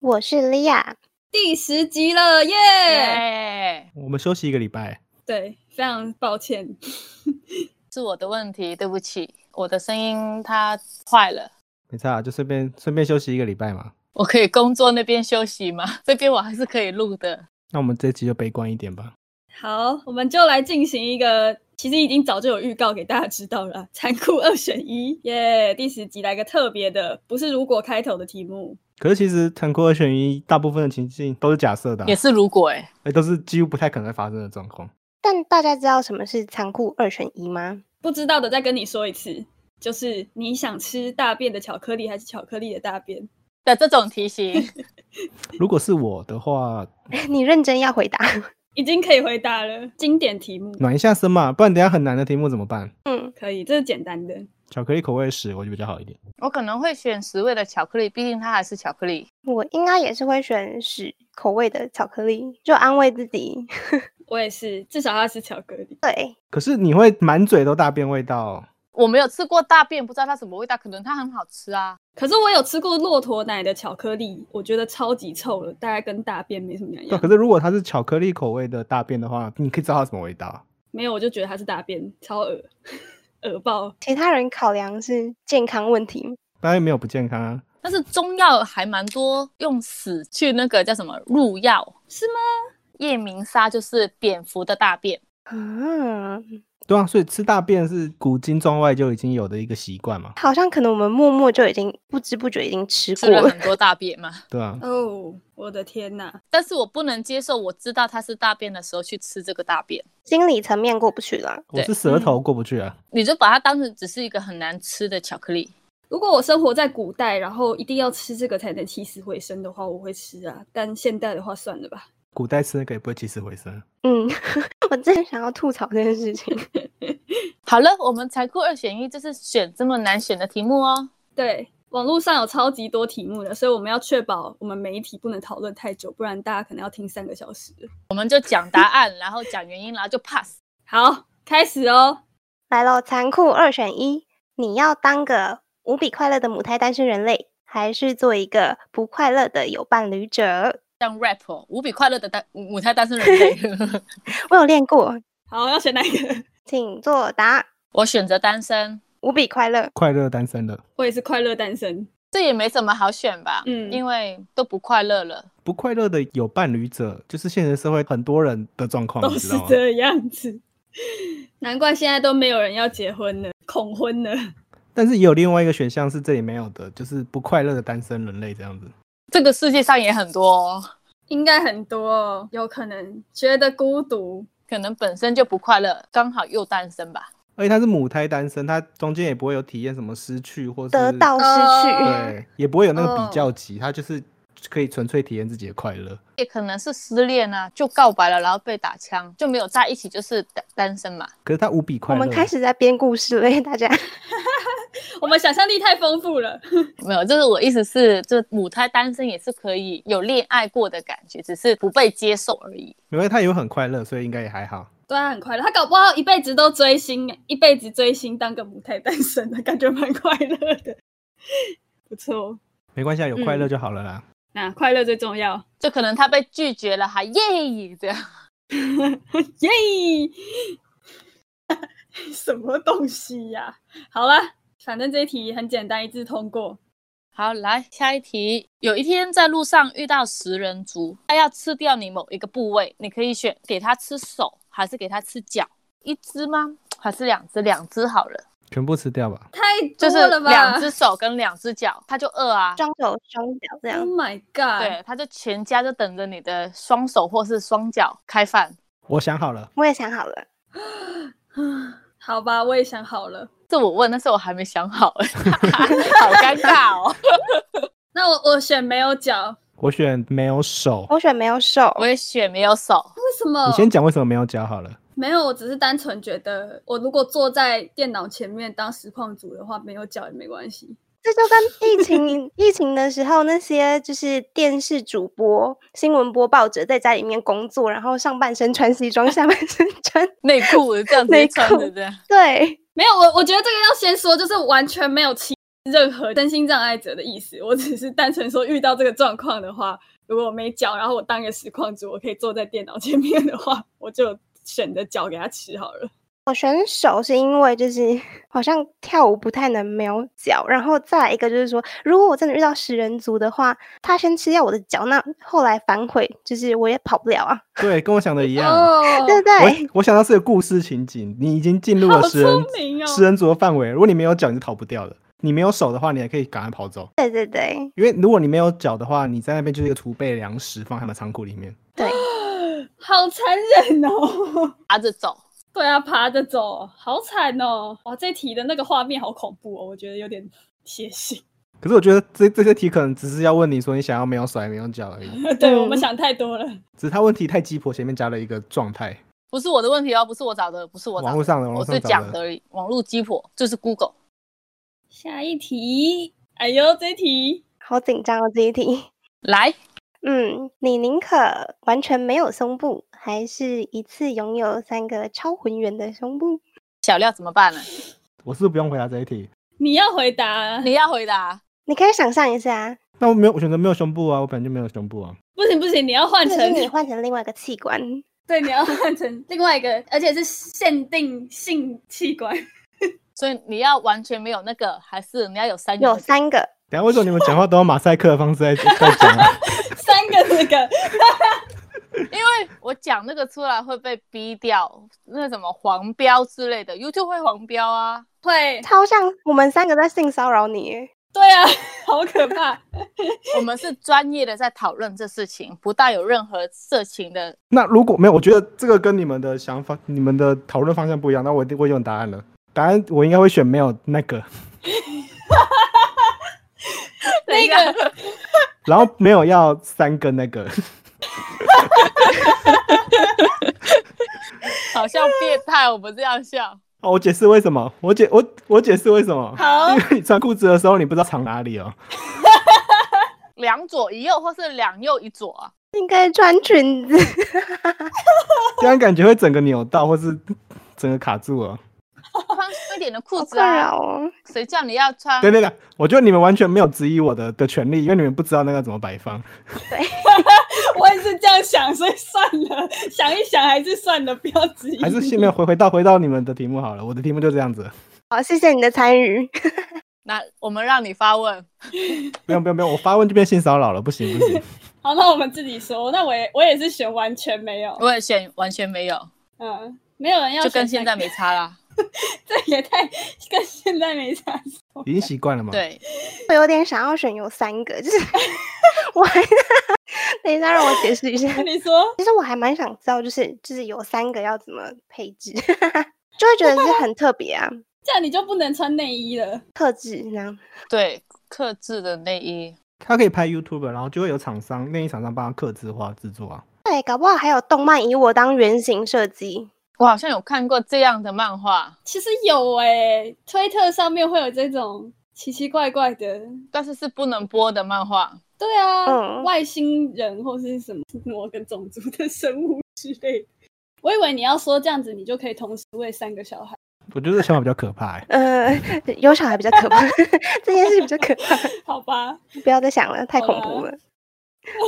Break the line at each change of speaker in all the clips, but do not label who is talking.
我是莉亚，
第十集了，耶、
耶，
我们休息一个礼拜，
对，非常抱歉，
是我的问题，对不起，我的声音它坏了，
没差，啊就顺便顺便休息一个礼拜嘛。
我可以工作那边休息吗？ 这边我还是可以录的。
那我们这集就悲观一点吧。
好，我们就来进行一个，其实已经早就有预告给大家知道了，残酷二选一，耶、第十集来个特别的，不是如果开头的题目，
可是其实残酷二选一，大部分的情境都是假设的啊、
也是如果哎、
哎都是几乎不太可能会发生的状况。
但大家知道什么是残酷二选一吗？
不知道的再跟你说一次，就是你想吃大便的巧克力还是巧克力的大便？
的这种题型，
如果是我的话，
你认真要回答。
已经可以回答了，经典题目，
暖一下身嘛，不然等一下很难的题目怎么办？
嗯，
可以，这是简单的。
巧克力口味屎，我觉得比较好一点。
我可能会选十味的巧克力，毕竟它还是巧克力。
我应该也是会选屎口味的巧克力，就安慰自己。
我也是，至少它是巧克力。
对，
可是你会满嘴都大便味道，
我没有吃过大便，不知道它什么味道，可能它很好吃啊。
可是我有吃过骆驼奶的巧克力，我觉得超级臭了，大概跟大便没什么两
对。啊
样
可。是如果它是巧克力口味的大便的话，你可以知道它什么味道啊。
没有，我就觉得它是大便，超恶，恶爆。
其他人考量是健康问题，
当然没有不健康啊，
但是中药还蛮多用屎去那个叫什么入药，
是吗？
夜明砂就是蝙蝠的大便。
啊，
对啊，所以吃大便是古今中外就已经有的一个习惯嘛，
好像可能我们默默就已经不知不觉已经吃
吃
过
了
了。
很多大便嘛，
对啊。
哦，我的天哪！
但是我不能接受，我知道它是大便的时候去吃这个大便，
心理层面过不去了。
我
对
是舌
嗯
头过不去啊。
你就把它当成只是一个很难吃的巧克力。
如果我生活在古代，然后一定要吃这个才能起死回生的话，我会吃啊。但现代的话，算了吧。
古代吃那个也不会起死回生。
嗯， 我真的想要吐槽这件事情。
好了，我们才酷二选一，就是选这么难选的题目哦。
对，网络上有超级多题目的，所以我们要确保我们每一题不能讨论太久，不然大家可能要听三个小时。
我们就讲答案，然后讲原因，然后就 pass。
好，开始哦。
来喽，残酷二选一，你要当个无比快乐的母胎单身人类，还是做一个不快乐的有伴侣者？
像 rap 哦无比快乐的单母胎单身人类，
我有练过，
好，要选哪一个？
请作答。
我选择单身，
无比快乐，
快乐单身了，
我也是快乐单身。
这也没什么好选吧？
嗯
因为都不快乐了。
不快乐的有伴侣者，就是现实社会很多人的状况，
都
你知
是
道吗？
这样子，难怪现在都没有人要结婚了，恐婚了。
但是也有另外一个选项是这里没有的，就是不快乐的单身人类这样子。
这个世界上也很多、哦，
应该很多哦，有可能觉得孤独，
可能本身就不快乐，刚好又单身吧。
而且他是母胎单身，他中间也不会有体验什么失去或是
得到失去，
呃
对，也不会有那个
哦
比较级，他就是可以纯粹体验自己的快乐。
也可能是失恋啊，就告白了，然后被打枪，就没有在一起，就是单单身嘛。
可是他无比
我
快乐。
们开始在编故事了耶，大 家。
我们想象力太丰富了。
没有，就是我意思是，这母胎单身也是可以有恋爱过的感觉，只是不被接受而已。
因为他也会很快乐，所以应该也还好。
对啊他很快乐，他搞不好一辈子都追星，一辈子追星当个母胎单身的感觉蛮快乐的，不错。
没关系，啊，有
嗯
快乐就好了啦。
那快乐最重要，
就可能他被拒绝了，还耶这样。
耶！ 什么东西呀、好啦，反正这一题很简单，一致通过。
好，来下一题。有一天在路上遇到食人族，它要吃掉你某一个部位，你可以选给它吃手，还是给它吃脚？一只吗？还是两只？两只好了，
全部吃掉吧。
太多
就是
了吧？
两只手跟两只脚，它就饿啊。
双手双脚这样
嗯
Oh，my god！
对，他就全家就等着你的双手或是双脚开饭。
我想好了，
我也想好了，
好吧，我也想好了。
这我问，但是我还欸 没想好，好尴尬哦。
那我我选没有脚，
我选没有手。
我选没有手，
哦我也选没有手，
为什么？
你先讲为什么没有脚好了。
没有，我只是单纯觉得，我如果坐在电脑前面当实况组的话，没有脚也没关系。
这就跟疫情疫情的时候，那些就是电视主播、新闻播报者在家里面工作，然后上半身穿西装，下半身穿
内裤这样子
内
穿
裤
的这样。
对，
没有，我我觉得这个要先说，就是完全没有歧视任何身心障碍者的意思。我只是单纯说，遇到这个状况的话，如果我没脚，然后我当一个实况组，我可以坐在电脑前面的话，我就选择脚给他吃好了。
我选手是因为就是 好像跳舞不太能没有脚，然后再来一个就是说，如果我真的遇到食人族的话，他先吃掉我的脚，那后来反悔就是我也跑不了啊，
对，跟我想的一样。
哦，
对不对？
我我想到是个故事情景，你已经进入了
好
食人、
聪明哦
食人族的范围。如果你没有脚，你是逃不掉的；你没有手的话，你还可以赶快跑走。
对对对
因为如果你没有脚的话，你在那边就是一个储备粮食，放在他们仓库里面。
对，
好残忍哦！
爬着走。
对啊，爬着走，好惨哦！哇，这题的那个画面好恐怖哦，我觉得有点血腥。
可是我觉得这这些题可能只是要问你说你想要没有手还没有脚而已，
对、
嗯
我们想太多了。
只是他问题太鸡婆，前面加了一个状态。
不是我的问题哦，不是我找的，不是我找的
网络上的网络
我
上
是
找
讲
的
的而已。网络鸡婆就是 Google，
下一题，哎呦，这题
好紧张哦这一题。
来
嗯，你宁可完全没有胸部，还是一次拥有三个超浑圆的胸部？
小廖怎么办呢？
我是不是不用回答这一题。
你要回答，
你要回答，
你可以想象一下，啊
那我没有，我选择没有胸部啊，我本来就没有胸部啊。
不行不行，你要换
或者是
成
你 换成另外一个器官，
对，你要换 成另外一个，而且是限定性器官。
所以你要完全没有那个，还是你要有三个？
有三个，
等一下为什么你们讲话都用马赛克的方式在在讲啊？
三个那个，
因为我讲那个出来会被逼掉，那什么黄标之类的，YouTube 会黄标啊。
会，
超像我们三个在性骚扰你耶。
对啊，好可怕。
我们是专业的在讨论这事情，不带有任何色情 的。
那如果没有，我觉得这个跟你们的想法、你们的讨论方向不一样。那我一定会用答案了。答案我应该会选没有那个，
那个
然后没有要三个那个。
好像变态，我不这样笑。
哦，我解释为什么？我解我我解释为什么？
好
因，为你穿裤子的时候，你不知道藏哪里哦。
两左一右，或是两右一左啊？
应该穿裙子，
这样感觉会整个扭到，或是整个卡住哦。
宽松一点的裤
好
子
困
啊
扰！哦。
谁叫你要穿
对对对，我觉得你们完全没有质疑我的的权利，因为你们不知道那个怎么摆放。
我也是这样想，所以算了，想一想还是算了，不要质疑。
还是先没有回回到回到你们的题目好了，我的题目就这样子。
好，谢谢你的参与。
那我们让你发问，
不用不用不用，我发问就变性骚扰了，不行不行。
好，那我们自己说。那我也我也是选完全没有，
我也选完全没有，
嗯，没有人要
就
选
跟现在
那个
没差 啦。
这也太跟现在没啥说。
已经习惯了嘛？，
对，
我有点想要选有三个，就是 我还，等一下让我解释一下。
你说
其实我还蛮想知道，就是就是有三个要怎么配置， 就会觉得是很特别啊，
这样你就不能穿内衣了？
特质这样。
对，克制的内衣，
他可以拍 YouTube，然后就会有厂商内衣厂商帮他刻制化制作啊。
对，搞不好还有动漫以我当原型设计。
我好像有看过这样的漫画，
其实有诶、推特上面会有这种奇奇怪怪的
但是是不能播的漫画。
对啊，
嗯
外星人或是什么某个种族的生物之类的。我以为你要说这样子，你就可以同时喂三个小孩。
我觉得这想法比较可怕、欸。
呃， 有小孩比较可怕， 这件事比较可怕，
好吧，
不要再想了，太
好
恐
啊
啦
怖了。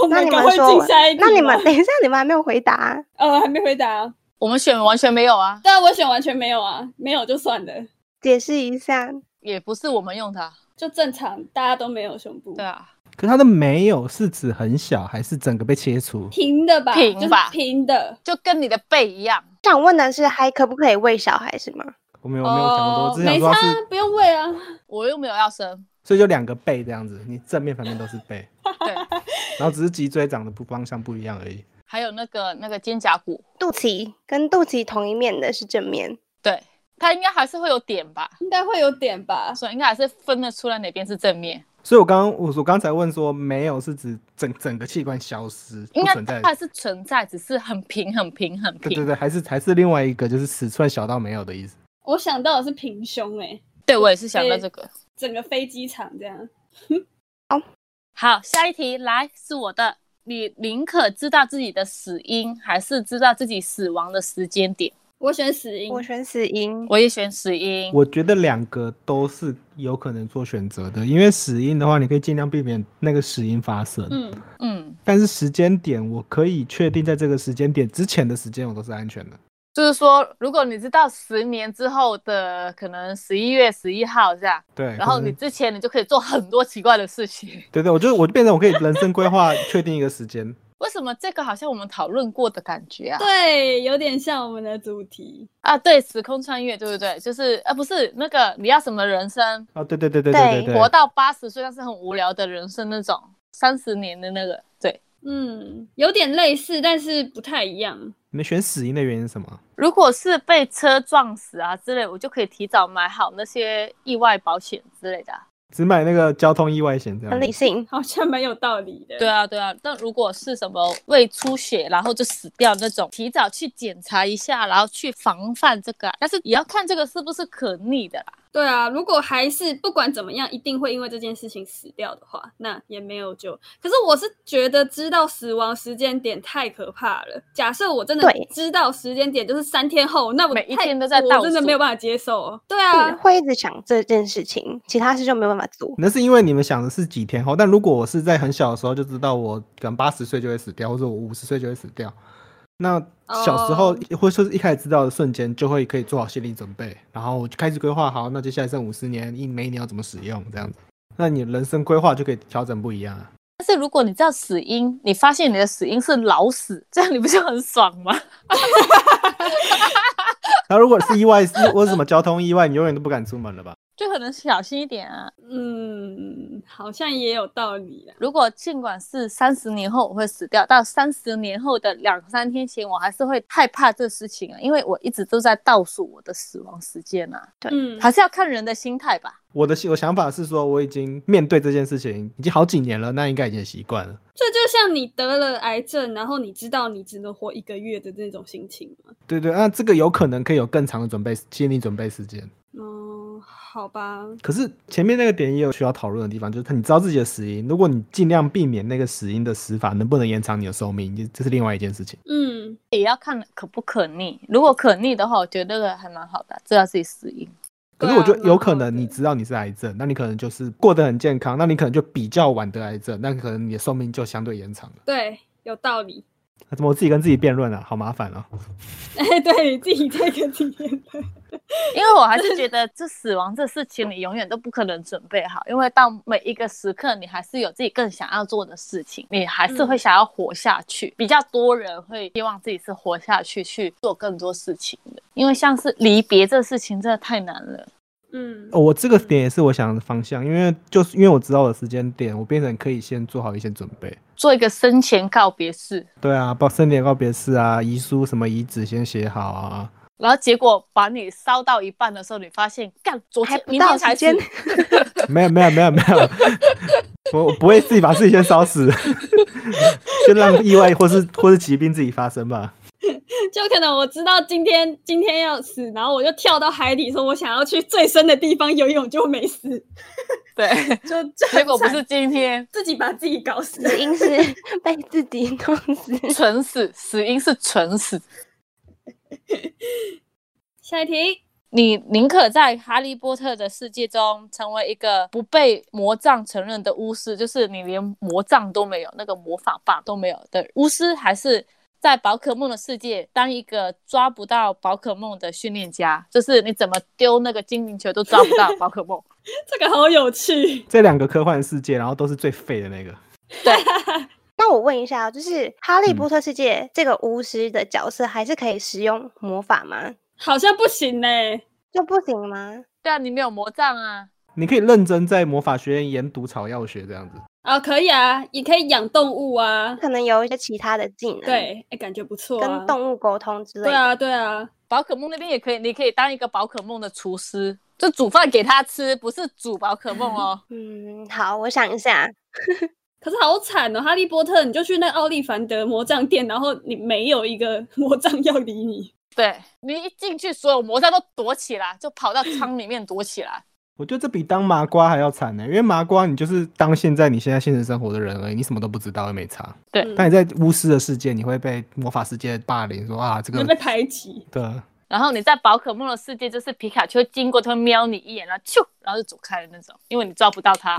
我
那
们
你
赶
们
快
说
进
完
下一，题吧。
那你们等 一下，你们还没有回答啊、
呃还没回答，
我们选完全没有啊，
但我选完全没有啊，没有就算了，
解释一下。
也不是我们用它。
就正常，大家都没有胸部，
对啊，
可是他的没有是指很小，还是整个被切除？
平的吧，
平
就是
吧
平的。
就跟你的背一样，
想问的是，还可不可以喂小孩是吗？
我没有我没有想过多，
哦
我只想
哦没
说
差
他是，，
不用喂啊。
我又没有要生。
所以就两个背这样子，你正面反面都是背，
对，
然后只是脊椎长得不方向不一样而已。
还有那个那个肩胛骨，
肚脐跟肚脐同一面的是正面，
对，它应该还是会有点吧，
应该会有点吧，
所以应该还是分得出来哪边是正面。
所以我刚刚我我刚才问说没有是指整整个器官消失
应
不
该
存在，
它是存在，只是很平、很平、很
对对
平。
对，还是还是另外一个就是尺寸小到没有的意思。
我想到的是平胸、欸，
对我也是想到
对
这个。
整个飞机场这样。
好，下一题来是我的。你宁可知道自己的死因，还是知道自己死亡的时间点？
我选死因，
我选死因，
我也选死因。
我觉得两个都是有可能做选择的，因为死因的话，你可以尽量避免那个死因发生。
嗯，
嗯，
但是时间点，我可以确定在这个时间点之前的时间，我都是安全的。
就是说，如果你知道十年之后的可能十一月十一号这样，
对，
然后
可
你
能
之前你就可以做很多奇怪的事情。
对对，我就我就变成我可以人生规划确定一个时间。
为什么这个好像我们讨论过的感觉啊？
对，有点像我们的主题。
啊，对，时空穿越，对不对？就是啊，不是那个你要什么人生，
哦，对对对对
对
对对，
活到八十岁，但是很无聊的人生那种，三十年的那个，对。
嗯，有点类似，但是不太一样。
你们选死因的原因是什么？
如果是被车撞死啊之类，我就可以提早买好那些意外保险之类的啊、
只买那个交通意外险这样
很
子
理。性。
好像蛮有道理的。
对啊，对啊。但如果是什么胃出血然后就死掉那种，提早去检查一下，然后去防范这个啊、但是也要看这个是不是可逆的啦。
对啊，如果还是不管怎么样，一定会因为这件事情死掉的话，那也没有救。可是我是觉得知道死亡时间点太可怕了。假设我真的
对
知道时间点就是三天后，那我
每一
太
天都在倒
我真的
数
没有办法接受。对
嗯
啊，
会一直想这件事情，其他事就没有办法做。
那是因为你们想的是几天后，但如果我是在很小的时候就知道我可能八十岁就会死掉，或者我五十岁就会死掉，那小时候、
哦
或者说是一开始知道的瞬间，就会可以做好心理准备，然后我就开始规划好，那接下来剩五十年，一每一年要怎么使用这样子，那你人生规划就可以调整不一样啊。
但是如果你知道死因，你发现你的死因是老死， 这样你不就很爽吗？
那如果是意外，是或者什么交通意外，你永远都不敢出门了吧？
就可能小心一点啊。
嗯，好像也有道理啊啦。
如果尽管是三十年后我会死掉，到三十年后的两三天前，我还是会害怕这事情啊，因为我一直都在倒数我的死亡时间啊，
对
嗯，
还是要看人的心态吧。
我的我想法是说，我已经面对这件事情已经好几年了，那应该已经习惯了。
这就像你得了癌症，然后你知道你只能活一个月的那种心情吗？
对对，那这个有可能可以有更长的准备心理准备时间。
嗯，好吧，
可是前面那个点也有需要讨论的地方，就是你知道自己的死因，如果你尽量避免那个死因的死法，能不能延长你的寿命，这这是另外一件事情。
嗯，
也要看可不可逆，如果可逆的话，我觉得那个还蛮好的，知道自己死因。
可是
对啊
我觉得有可
蛮好的
能你知道你是癌症，那你可能就是过得很健康，那你可能就比较晚得癌症，那可能你的寿命就相对延长了。
对，有道理。
啊怎么我自己跟自己辩论啊？好麻烦啊！
哎，对你自己这个体验 的，
因为我还是觉得这死亡这事情，你永远都不可能准备好，因为到每一个时刻，你还是有自己更想要做的事情，你还是会想要活下去。比较多人会希望自己是活下去，去做更多事情的，因为像是离别这事情真的太难了。
嗯，
哦，我这个点也是我想的方向，因为就是因为我知道我的时间点，我变成可以先做好一些准备。
做一个生前告别式，
对啊，包生年告别式啊，遗书什么遗旨先写好啊，
然后结果把你烧到一半的时候，你发现干昨天
还不
明
到
天
时
才
间
死
没有没有没有没有， 我我不会自己把自己先烧死， 就让意外或是或是疾病自己发生吧。
就可能我知道今天今天要死，然后我就跳到海底，说我想要去最深的地方游泳，就没死，
对，
就就
结果不是今天。
自己把自己搞死。
死因是 被自己弄死。
纯死，死因是纯死，
下一题，
你宁可在哈利波特的世界中成为一个不被魔杖承认的巫师，就是你连魔杖都没有，那个魔法棒都没有的巫师，还是在宝可梦的世界当一个抓不到宝可梦的训练家，就是你怎么丢那个精灵球都抓不到宝可梦。
这个好有趣。
这两个科幻世界，然后都是最废的那个。
那我问一下哦，就是《哈利
嗯
波特》世界这个巫师的角色，还是可以使用魔法吗？
好像不行呢、
就不行吗？
对啊，你没有魔杖啊，
你可以认真在魔法学院研读草药学这样子。
啊，可以啊，也可以养动物啊，
可能有一些其他的技能，，
对，哎，感觉不错、啊。
跟动物沟通之类
对
的。
啊，对啊，
宝可梦那边也可以，你可以当一个宝可梦的厨师，就煮饭给他吃，不是煮宝可梦哦。
嗯，好，我想一下，
可是好惨哦，哈利波特，你就去那奥利凡德魔杖店，然后你没有一个魔杖要理你。
对你一进去，所有魔杖都躲起来，就跑到仓里面躲起来。
我觉得这比当麻瓜还要惨呢、因为麻瓜你就是当现在你现在现实生活的人而已，你什么都不知道，也没差。
对
嗯
但你在巫师的世界，你会被魔法世界霸凌，说啊这
嗯
你
个
会被排挤。
对，
然后你在宝可梦的世界，就是皮卡丘经过，它会瞄你一眼，然后咻，然后就走开的那种，因为你抓不到它。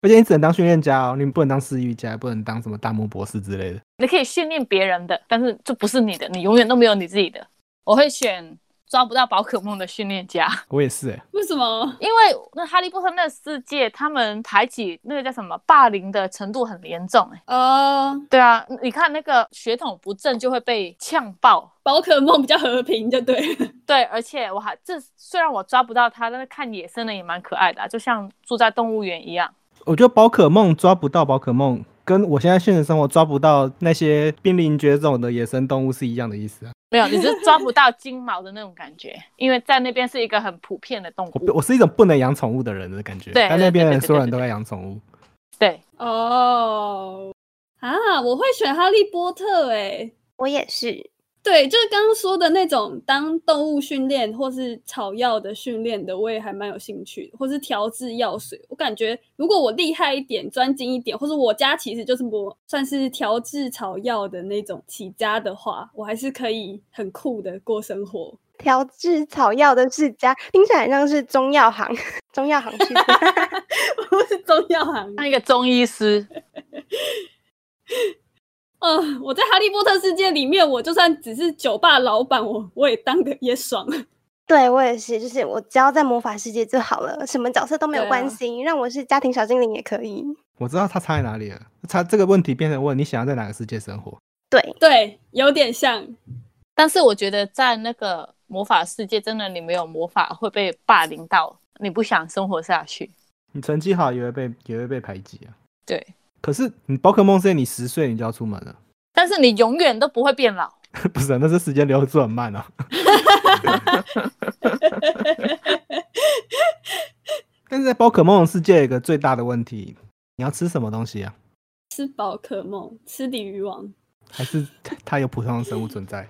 而且你只能当训练家哦，你不能当私欲家，不能当什么大魔博士之类的。
你可以训练别人的，但是这不是你的，你永远都没有你自己的。我会选抓不到宝可梦的训练家，
我也是哎、
为什么？
因为那哈利波特那个世界，他们排挤那个叫什么霸凌的程度很严重、哎，
呃，
对啊，你看那个血统不正就会被呛爆。
宝可梦比较和平，就对了。
对，而且我还这虽然我抓不到它，但是看野生的也蛮可爱的、啊，就像住在动物园一样。
我觉得宝可梦抓不到宝可梦，跟我现在现实生活抓不到那些濒临绝种的野生动物是一样的意思啊。
没有，你是抓不到金毛的那种感觉，因为在那边是一个很普遍的动
我不
物。
我是一种不能养宠物的人的感觉，
对
但那边
对对
人
对
所有人
对
都
对
在养宠物。
对，
哦，啊，我会选哈利波特、欸。
我也是。
对，就是刚刚说的那种当动物训练或是草药的训练的，我也还蛮有兴趣的，或是调制药水。我感觉如果我厉害一点、专精一点，或者我家其实就是我算是调制草药的那种起家的话，我还是可以很酷的过生活。
调制草药的世家，听起来很像是中药行， 中药行 世家。
我是中药行
当一个中医师，
嗯，我在哈利波特世界里面，我就算只是酒吧老板，我我也当个也爽。
对我也是，就是我只要在魔法世界就好了，什么角色都没有
对啊
关系，让我是家庭小精灵也可以。
我知道它差在哪里了，它这个问题变成问你想要在哪个世界生活。
对，
对，有点像。
但是我觉得在那个魔法世界，真的你没有魔法会被霸凌到，你不想生活下去。
你成绩好也会被也会被排挤啊。
对，
可是你宝可梦是你十岁你就要出门了，
但是你永远都不会变老。
不是啊、 那是时间流速很慢啊。 但是在宝可梦的世界有一个最大的问题，你要吃什么东西啊？
吃宝可梦，吃鲤鱼王，
还是它它有普通的生物存在？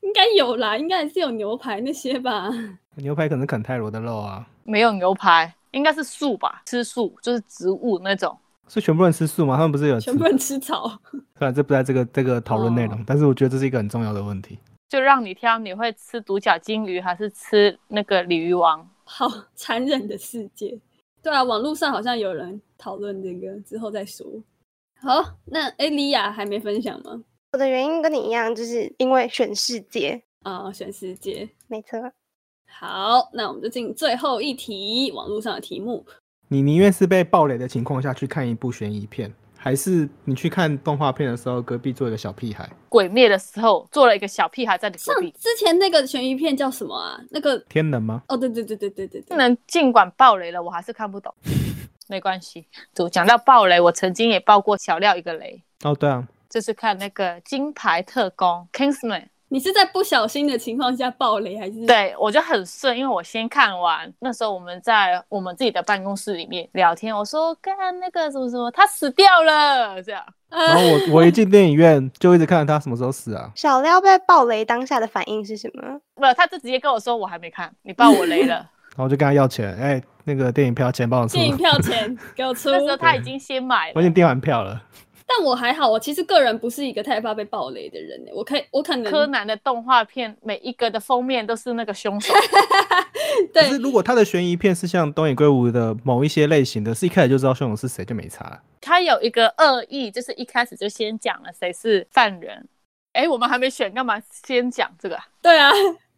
应该有啦，应该还是有牛排那些吧。
牛排可能啃泰罗的肉啊，
没有牛排，应该是素吧？吃素就是植物那种。
所以全部人吃素吗？他们不是有吃
全？部人哦吃草，
虽然这不在这个这个讨论内容，但是我觉得这是一个很重要的问题。
就让你挑，你会吃独角鲸鱼还是吃那个鲤鱼王？
好残忍的世界。对啊，网络上好像有人讨论这个，之后再说。好，那诶，莉亚还没分享吗？
我的原因跟你一样，就是因为选世界，
啊、选世界。
没错。
好，那我们就进最后一题，网络上的题目。
你宁愿是被暴雷的情况下去看一部悬疑片，还是你去看动画片的时候，隔壁坐一个小屁孩？
鬼灭的时候做了一个小屁孩在你
上
隔壁，
之前那个悬疑片叫什么啊？那个
天能吗？
哦，对对对对对对对
不，能尽管爆雷了，我还是看不懂。 没关系，就讲到爆雷，我曾经也爆过小廖一个雷，
哦，对啊，
就是看那个《金牌特工》Kingsman，
你是在不小心的情况下爆雷，还是？
对我就很顺，因为我先看完，那时候我们在我们自己的办公室里面聊天，我说干那个什么什么，他死掉了，这样
然后
呃，
我我一进电影院就一直看着他什么时候死啊。
小廖被暴雷当下的反应是什么？
没有，他就直接跟我说我还没看，你爆我雷了。
然后就跟他要钱，哎、那个电影票钱帮我出，
电影票钱给我出。
那时候他已经先买
我已经
了，
订完票了。
但我还好，我其实个人不是一个太怕被爆雷的人欸，我可以，我可能
柯南的动画片每一个的封面都是那个凶手，
可
对
是如果他的悬疑片是像东野圭吾的某一些类型的，是一开始就知道凶手是谁就没差了。
他有一个恶意，就是一开始就先讲了谁是犯人。哎，我们还没选，干嘛先讲这个啊？
对啊，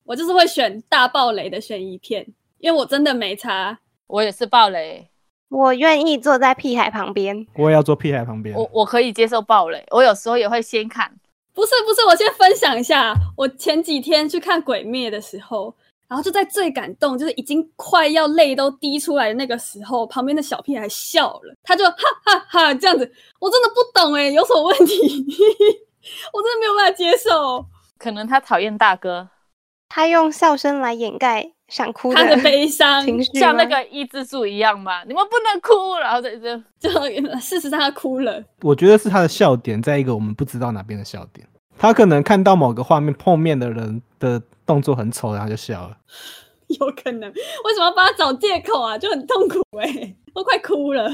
我就是会选大爆雷的悬疑片，因为我真的没差。
我也是爆雷，
我愿意坐在屁孩旁边。
我也要坐屁孩旁边，
我我可以接受爆雷，我有时候也会先看，
不是不是，我先分享一下，我前几天去看《鬼灭》的时候，然后就在最感动，就是已经快要泪都滴出来的那个时候，旁边的小屁孩笑了，他就哈哈哈这样子，我真的不懂欸 哎、有什么问题？我真的没有办法接受。
可能他讨厌大哥，
他用笑声来掩盖想哭
他的悲 伤，
情绪吗，
像那个一之树一样嘛，你们不能哭，然后在这
就 事实上他哭了。
我觉得是他的笑点，在一个我们不知道哪边的笑点。他可能看到某个画面碰面的人的动作很丑，然后就笑了。
有可能，为什么要帮他找借口啊？就很痛苦哎、 都快哭了。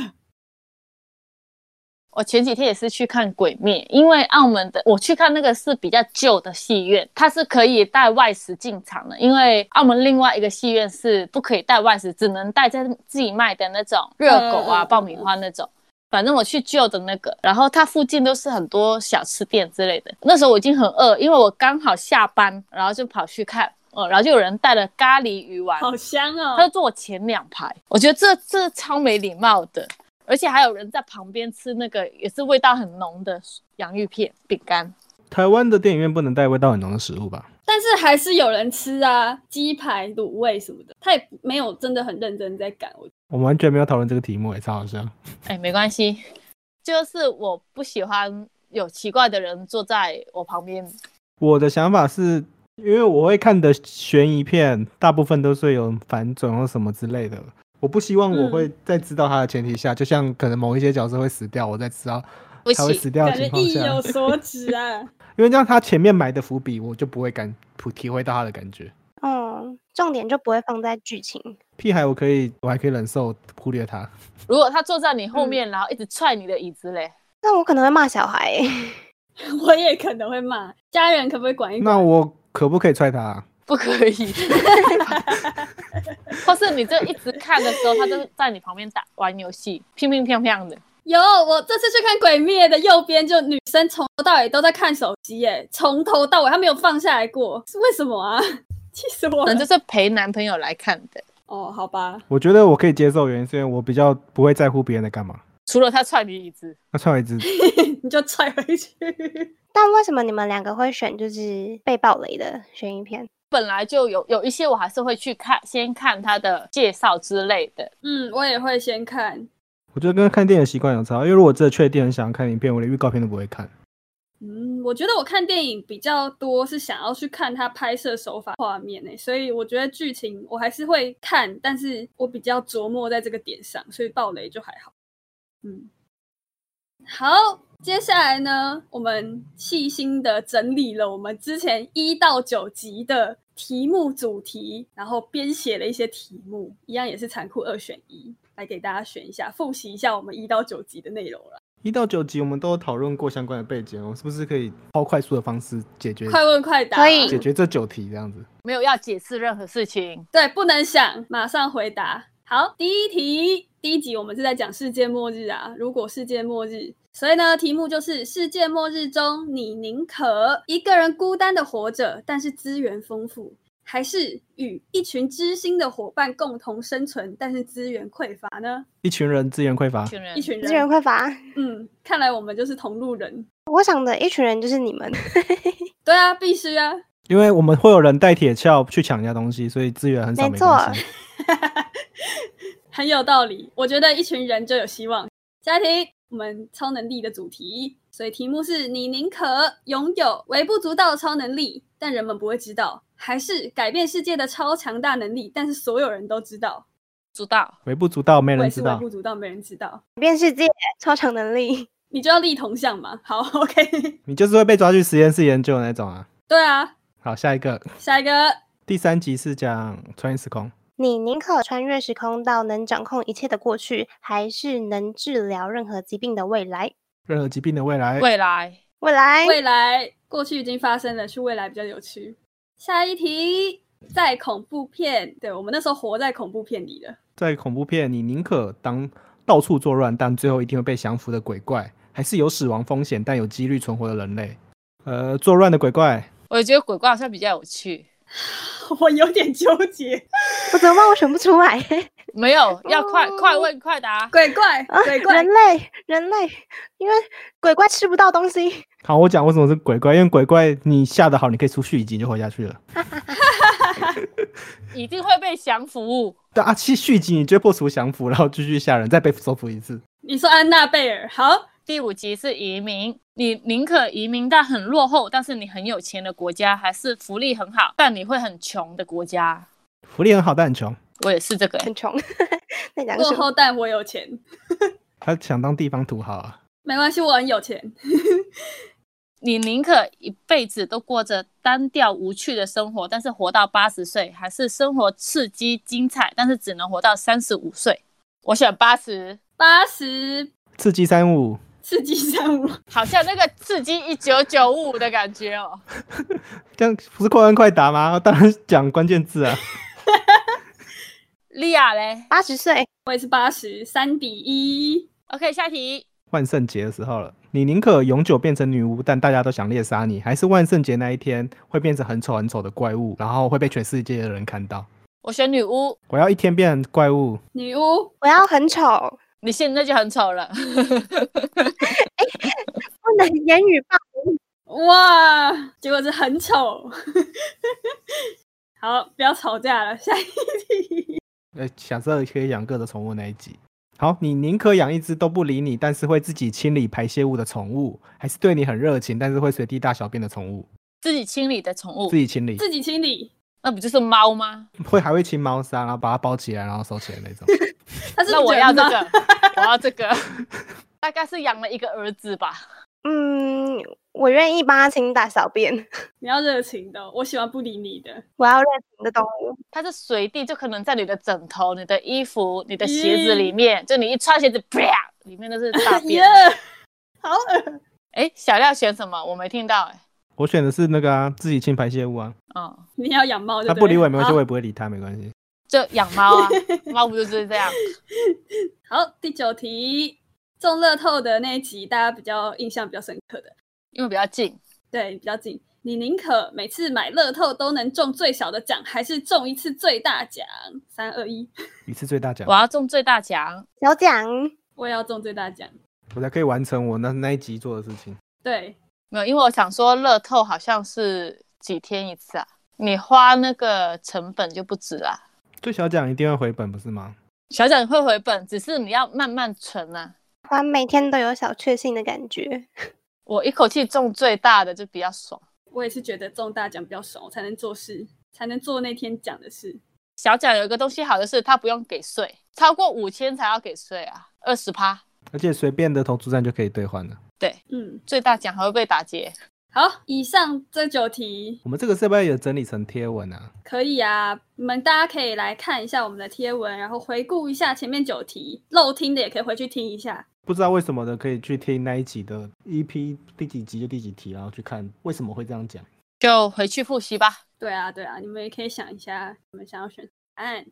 我前几天也是去看《鬼灭》，因为澳门的我去看那个是比较旧的戏院，它是可以带外食进场的，因为澳门另外一个戏院是不可以带外食，只能带在自己卖的那种热狗啊、
嗯嗯嗯
爆米花那种。反正我去旧的那个，然后它附近都是很多小吃店之类的。那时候我已经很饿，因为我刚好下班，然后就跑去看，嗯，然后就有人带了咖喱鱼丸，
好香
他
哦！
就坐我前两排，我觉得这这超没礼貌的，而且还有人在旁边吃那个也是味道很浓的洋芋片饼干。
台湾的电影院不能带味道很浓的食物吧？
但是还是有人吃啊，鸡排、卤味什么的，他也不没有真的很认真在赶。我
我们完全没有讨论这个题目、欸，超好笑。
哎，没关系，就是我不喜欢有奇怪的人坐在我旁边。
我的想法是，因为我会看的悬疑片，大部分都是有反转或什么之类的。我不希望我会在知道它的前提下，就像可能某一些角色会死掉，我在知道
不
他会
行
死掉的
感
情
觉
况
意
下，
有所指啊。
因为这样他前面埋的伏笔，我就不会感不体会到他的感觉。
哦，重点就不会放在剧情。
屁孩，我可以，我还可以忍受忽略他。
如果他坐在你后面，然后一直踹你的椅子嘞，
那我可能会骂小孩欸、
我也可能会骂家人，可不可以管一管？
那我可不可以踹他、啊？
不可以。 或是你就一直看的时候，他就在你旁边打玩游戏，乒乒乓乓的。
有，我这次去看《鬼灭》的右边，就女生从头到尾都在看手机，耶，从头到尾她没有放下来过，是为什么啊？ 气死我
可
了！
能就是陪男朋友来看的，
哦，好吧，
我觉得我可以接受，原因是因为我比较不会在乎别人在干嘛。
除了他踹你椅子。
那踹我一只，
你就踹回去。
但为什么你们两个会选就是被暴雷的悬疑片？
本来就有有一些我还是会去看，先看他的介绍之类的。
嗯，我也会先看。
我觉得跟看电影的习惯有差，因为如果真的确定很想看影片，我连预告片都不会看。
嗯，我觉得我看电影比较多是想要去看它拍摄手法、画面诶，所以我觉得剧情我还是会看，但是我比较琢磨在这个点上，所以爆雷就还好。嗯，好，接下来呢，我们细心的整理了我们之前一到九集的题目主题，然后编写了一些题目，一样也是残酷二选一，来给大家选一下，复习一下我们一到九集的内容了。
一到九集我们都有讨论过相关的背景，我哦们是不是可以超快速的方式解决
快问快答，
可以
解决这九题这样子？
没有要解释任何事情，
对，不能想，马上回答。好，第一题，第一集我们是在讲世界末日啊。如果世界末日，所以呢，题目就是世界末日中，你宁可一个人孤单的活着，但是资源丰富，还是与一群知心的伙伴共同生存，但是资源匮乏呢？
一群人资源匮乏
一，群人
一群
资源
人，
匮乏，
嗯，看来我们就是同路人。
我想的一群人就是你 们。
对啊，必须啊，
因为我们会有人带铁锹去抢人家东西，所以资源很少
没
没关系。
很有道理。我觉得一群人就有希望。下一题，我们超能力的主题，所以题目是你宁可拥有微不足道的超能力，但人们不会知道，还是改变世界的超强大能力，但是所有人都知道，
知道
微不足道，没
我也
人
是
知
微
道
不。足道，没人知道。
改变世界， 超强能力，
你就要立同向嘛。好，OK，
你就是会被抓去实验室研究的那种啊。
对啊。
好，下一个，
下一个，
第三集是讲穿越时空，
你宁可穿越时空到能掌控一切的过去，还是能治疗任何疾病的未来？
任何疾病的未来。
未来
未
哎
来，
未来过去已经发生了，去未来比较有趣。下一题，在恐怖片，对我们那时候活在恐怖片里了。
在恐怖片，你宁可当到处作乱，但最后一定会被降服的鬼怪，还是有死亡风险但有几率存活的人类？呃，作乱的鬼怪，
我觉得鬼怪好像比较有趣，
我有点纠结。
我怎么办？我选不出来。
没有要快、
哦
快问快答。
鬼怪，鬼怪
人，类，人类，因为鬼怪吃不到东西，
好，我讲为什么是鬼怪，因为鬼怪你下得好，你可以出续集你就活下去了。
一定会被降服。
但啊，其实续集你就会破除降服，然后继续吓人，再被收服一次。
你说安娜贝尔好。
第五集是移民，你宁可移民到很落后但是你很有钱的国家，还是福利很好但你会很穷的国家？
福利很好，但很穷。
我也是这个、欸
很穷。 那两个
落
什么？
后但我有钱，
他想当地方土豪啊，
没关系，我很有钱。
你宁可一辈子都过着单调无趣的生活，但是活到八十岁，还是生活刺激精彩，但是只能活到三十五岁？我选八十，
八十
刺激三五，
刺激三五，
好像那个刺激一九九五的感觉哦。
这样不是快问快答吗？当然是讲关键字啊。
莉亚嘞
八十岁，
我也是八十，三比一。
，OK，下一题，
万圣节的时候了，你宁可永久变成女巫，但大家都想猎杀你，还是万圣节那一天会变成很丑很丑的怪物，然后会被全世界的人看到？
我选女巫，
我要一天变成怪物，
女巫，
我要很丑，
你现在就很丑了。
不能言语暴力。
哇，结果是很丑。 好，不要吵架了，下一题。
呃，想着可以养各的宠物那一集。好，你宁可养一只都不理你，但是会自己清理排泄物的宠物，还是对你很热情，但是会随地大小便的宠物？
自己清理的宠物
自，己清理，
自己清理，
那不就是猫吗？
会还会清猫砂，然后把它包起来，然后收起来那种。
他是
那我要
人
这
吗
个，我要这个。 大概是养了一个儿子吧。
嗯，我愿意帮他清大小便，
你要热情的哦，我喜欢不理你的。
我要热情的动物。
它是随地就可能在你的枕头、你的衣服、你的鞋子里面，就你一穿鞋子，啪，里面都是大 便。
耶好恶，
哎，小廖选什么？我没听到哎。
我选的是那个啊，自己清排泄物啊，
嗯，
你要养猫就
它不理我也
了
没关系，
好
我也不会理它，没关系。
就养猫啊，猫不就是这样？
好，第九题，中乐透的那一集，大家比较印象比较深刻的，
因为比较近，
对，比较近。你宁可每次买乐透都能中最小的奖，还是中一次最大奖？三二一，
一次最大奖
我，要中最大奖。
小蒋，
我也要中最大奖。
我才可以完成我那那一集做的事情。
对，
没有，因为我想说乐透好像是几天一次啊，你花那个成本就不止啦、
最小奖一定会回本，不是吗？
小奖会回本，只是你要慢慢存啊。
他每天都有小确幸的感觉。
我一口气中最大的就比较爽，
我也是觉得中大奖比较爽，我才能做事，才能做那天讲的事。
小奖有一个东西好的是它不用给税，超过五千才要给税啊，二十趴。
而且随便的投注站就可以兑换了。
嗯，
最大奖还会被打劫，
好，以上这九题
我们这个是不是有整理成贴文啊？
可以啊，你们大家可以来看一下我们的贴文，然后回顾一下前面九题，漏听的也可以回去听一下。
不知道为什么的，可以去听那一集的 EP 第几集就第几题，然后去看为什么会这样讲。
就回去复习吧。
对啊，对啊，你们也可以想一下，你们想要选答案。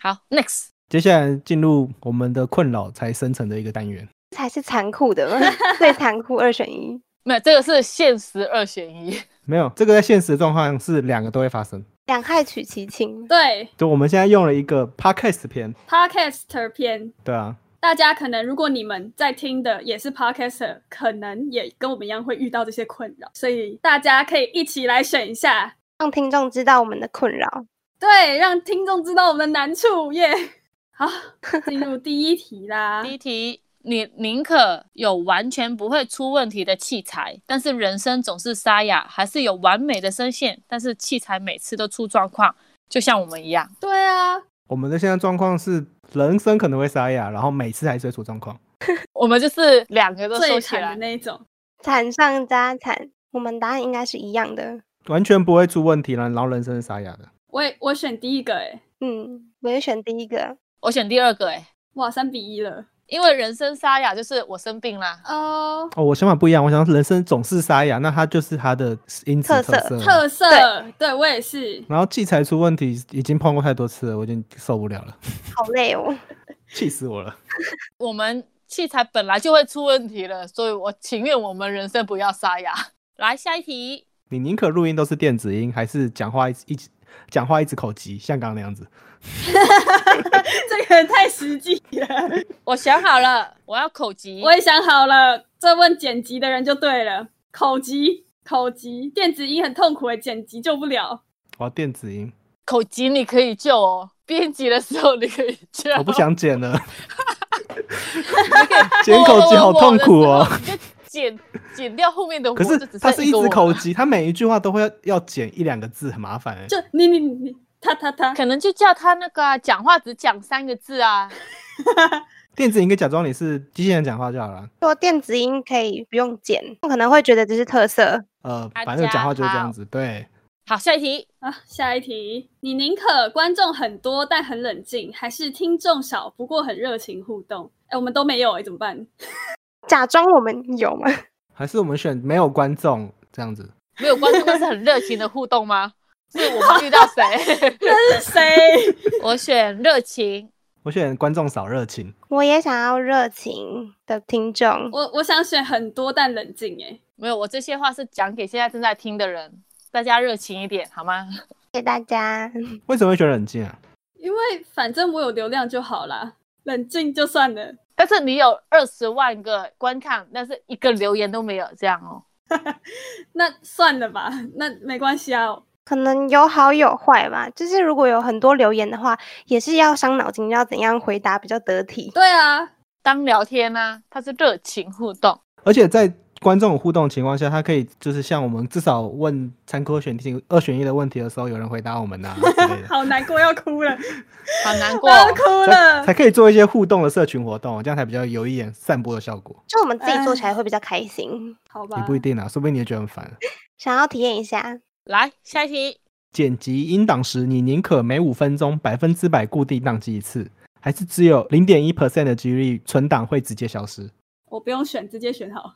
好，next，
接下来进入我们的困扰才生成的一个单元。
才是残酷的， 最残酷二选一。
没有这个是限时二选一，
没有，这个在现实状况是两个都会发生。
两害取其轻，
对
就我们现在用了一个 podcast 篇，
，Podcaster 篇，
对啊，
大家可能如果你们在听的也是 Podcaster，可能也跟我们一样会遇到这些困扰，所以大家可以一起来选一下，
让听众知道我们的困扰。
对，让听众知道我们的难处耶。 好，进入第一题啦
第。一题，你宁可有完全不会出问题的器材，但是人生总是沙哑，还是有完美的声线，但是器材每次都出状况，就像我们一样。
对啊，
我们的现在状况是人生可能会沙哑，然后每次还是会出状况。
我们就是两个都收
最
起
惨的
来，
那一种。
惨上加惨，我们答案应该是一样的。
完全不会出问题了，然后人生是沙哑的。
我也我选第一个哎，
嗯，我也选第一个。
我选第二个、欸，
哇，三比一了
因为人生沙哑就是我生病啦，
哦。
哦，我想法不一样，我想人生总是沙哑，那它就是它的因子
特
特
色
色。
特色，对我也是，
然后器材出问题已经碰过太多次了，我已经受不了了，
好累哦，
气死我了。
我们器材本来就会出问题了，所以我情愿我们人生不要沙哑。 来下一题，
你宁可录音都是电子音，还是讲话一直一直讲话一直口急，像刚刚那样子？
这个也太实 际了。
我想好了，我要口急，
我也想好了，这问剪辑的人就对了。口急，口急，电子音很痛苦诶，剪辑救不了。
我要电子音，
口急你可以救哦，编辑的时候你可以救，
我不想剪了。剪口
鸡
级好痛 苦哦。
你就剪剪掉后面的窝，
可是
就只
他
剩
是一
个
直
窝
口
了，
级，他每一句话都会要要剪一两个字，很麻烦哎。
就你你你你他他 他，
可能就叫他那个啊，讲话只讲三个字啊。
电子应该假装你是机器人讲话就好了。
说电子音可以不用剪，可能会觉得这是特色。
呃，
大
反正讲话就是这
家
样
好
子。对，
好，下一题，
啊，下一题，你宁可观众很多但很冷静，还是听众少不过很热情互动？哎，我们都没有哎，怎么 办？
假装我们有吗？
还是我们选没有观众这样子。
没有观众，但是很热情的互动吗？是我们遇到谁？
这是谁？
我选热情，
我选观众少热情，
我也想要热情的听众。
我我想选很多但冷静哎。
没有，我这些话是讲给现在正在听的人，大家热情一点好吗？
谢谢大家。
为什么会选冷静啊？
因为反正我有流量就好啦，冷静就算了。
但是你有二十万个观看，但是一个留言都没有，这样哦。
那算了吧，那没关系啊。
可能有好有坏吧，就是如果有很多留言的话，也是要伤脑筋，要怎样回答比较得体。
对啊，
当聊天呢、啊，它是热情互动，
而且在观众有互动的情况下，他可以就是像我们至少问参考选题二选一的问题的时候，有人回答我们呐、之类的，
好难过，要哭了，
好 难过哦
我。要哭了
才。可以做一些互动的社群活动，这样才比较有一点散播的 效果。
就我们自己做起来会比较开心，
好
也
吧
不，一定啊，说不定你也觉得很烦。
想要体验一下。
来，下一题，
剪辑音档时，你宁可每五分钟百分之百固定宕机一次，还是只有零点一 percent 的几率存档会直接消失？
我不用选，直接选好。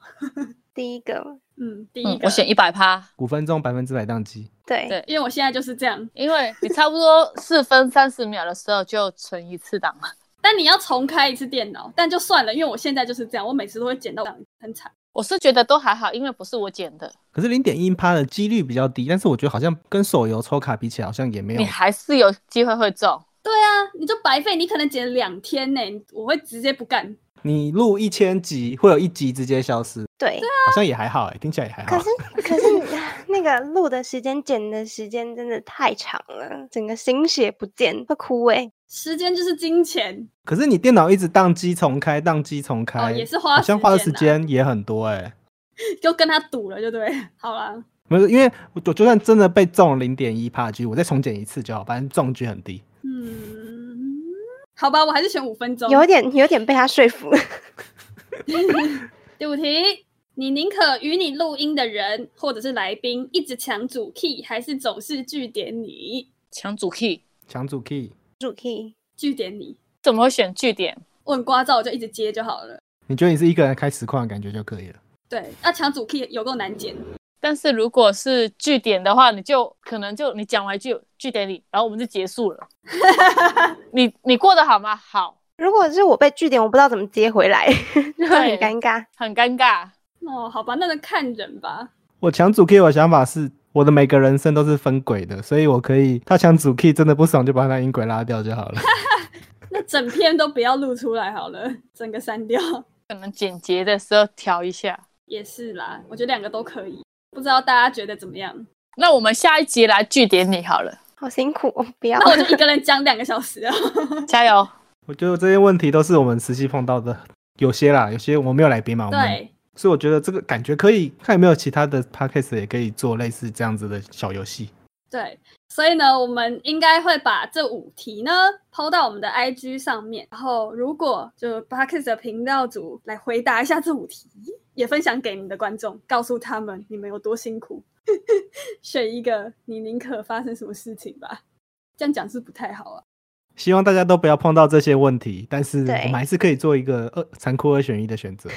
第一个，
嗯，第一
嗯
个，
我选一百趴。
五分钟百分之百宕机，
对，
对
因为我现在就是这样。
因为你差不多四分三十秒的时候就存一次档了。
但你要重开一次电脑，但就算了，因为我现在就是这样，我每次都会剪到很惨。
我是觉得都还好，因为不是我剪的，
可是零点一趴的几率比较低，但是我觉得好像跟手游抽卡比起来，好像也没有
你还是有机会会中。
对啊，你就白费，你可能剪了两天呢、我会直接不干。
你录一千集，会有一集直接消失，
对。
好像也还好哎、听起来也还好。
可是可是你那个录的时间、剪的时间真的太长了，整个心血不见，会欸枯萎。
时间就是金钱，
可是你电脑一直宕机重开，宕机重开，
哦也是花
好像花的时
时间啊
间也很多哎、
就跟他赌了，就对了。好啦，
没有，因为我我就算真的被中零点一帕局，我再重剪一次就好，反正中局很低。
嗯，好吧，我还是选五分钟。
有点有点被他说服，
第五题，你宁可与你录音的人或者是来宾一直抢主 key，还是总是据点你？
抢主 key
抢主 key，
主 key
据点你？
怎么会选据点？
我很聒噪，我就一直接就好了。
你觉得你是一个人开实况的感觉就可以了。
对，那、抢主 key 有够难剪。
但是如果是据点的话，你就可能就你讲完就据点你，然后我们就结束了。你你过得好吗？好，
如果是我被据点，我不知道怎么接回来， 就会很
对
尴尬。
很尴尬。
哦，好吧，那就看人吧。
我抢主 key，我的想法是我的每个人生都是分轨的，所以我可以他抢主 key 真的不爽就把他音轨拉掉就好了。
那整篇都不要录出来好了，整个删掉
可能剪辑的时候调一下。
也是啦。我觉得两个都可以，不知道大家觉得怎么样？
那我们下一集来据点你好了，
好辛苦哦，不要
那我就一个人讲两个小时啊。
加油！
我觉得这些问题都是我们实际碰到的，有些啦，有些我们没有来宾嘛，我们
对，
所以我觉得这个感觉可以看有没有其他的 podcast 也可以做类似这样子的小游戏。
对，所以呢，我们应该会把这五题呢抛到我们的 IG 上面，然后如果就 p a r k e s 的频道组来回答一下这五题，也分享给你的观众，告诉他们你们有多辛苦。 选一个你宁可发生什么事情吧，这样讲是不太好啊。
希望大家都不要碰到这些问题，但是
对
我们还是可以做一个二残酷二选一的 选择。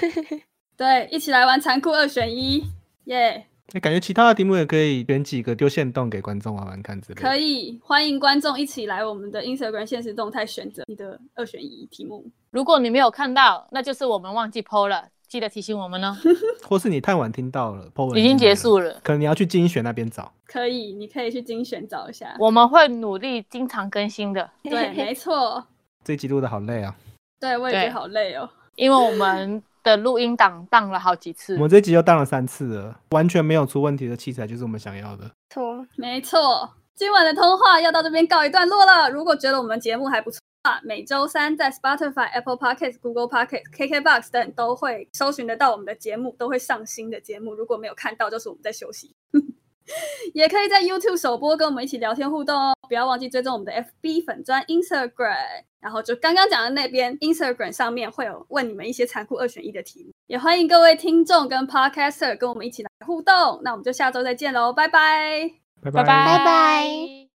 对，一起来玩残酷二选一，耶、
那感觉其他的题目也可以选几个丢线洞给观众玩玩看之类的。
可以欢迎观众一起来我们的 Instagram 现实动态选择你的二选一题目。
如果你没有看到，那就是我们忘记 PO 了，记得提醒我们哦。
或是你太晚听到了，po 文
已经结
了，
束了，
可能你要去精选那边找。
可以，你可以去精选找一下。
我们会努力经常更新的，
对，没错。
这一集录的好累啊！
对，我也觉得
对
好累哦。
因为我们的录音档当了好几次
我。们这一集又当了三次了，完全没有出问题的器材就是我们想要的。
错。
没错，今晚的通话要到这边告一段落了。如果觉得我们节目还不错，每周三在 Spotify、Apple Podcast、Google Podcast、KKBox 等都会搜寻得到我们的节目，都会上新的节目。如果没有看到，就是我们在休息。 也可以在 YouTube 首播跟我们一起聊天互动哦，不要忘记追踪我们的 FB 粉砖 Instagram，然后就刚刚讲的那边 Instagram 上面会有问你们一些残酷二选一的题目，也欢迎各位听众跟 Podcaster 跟我们一起来互动，那我们就下周再见喽，拜拜。
拜
拜
拜。
拜拜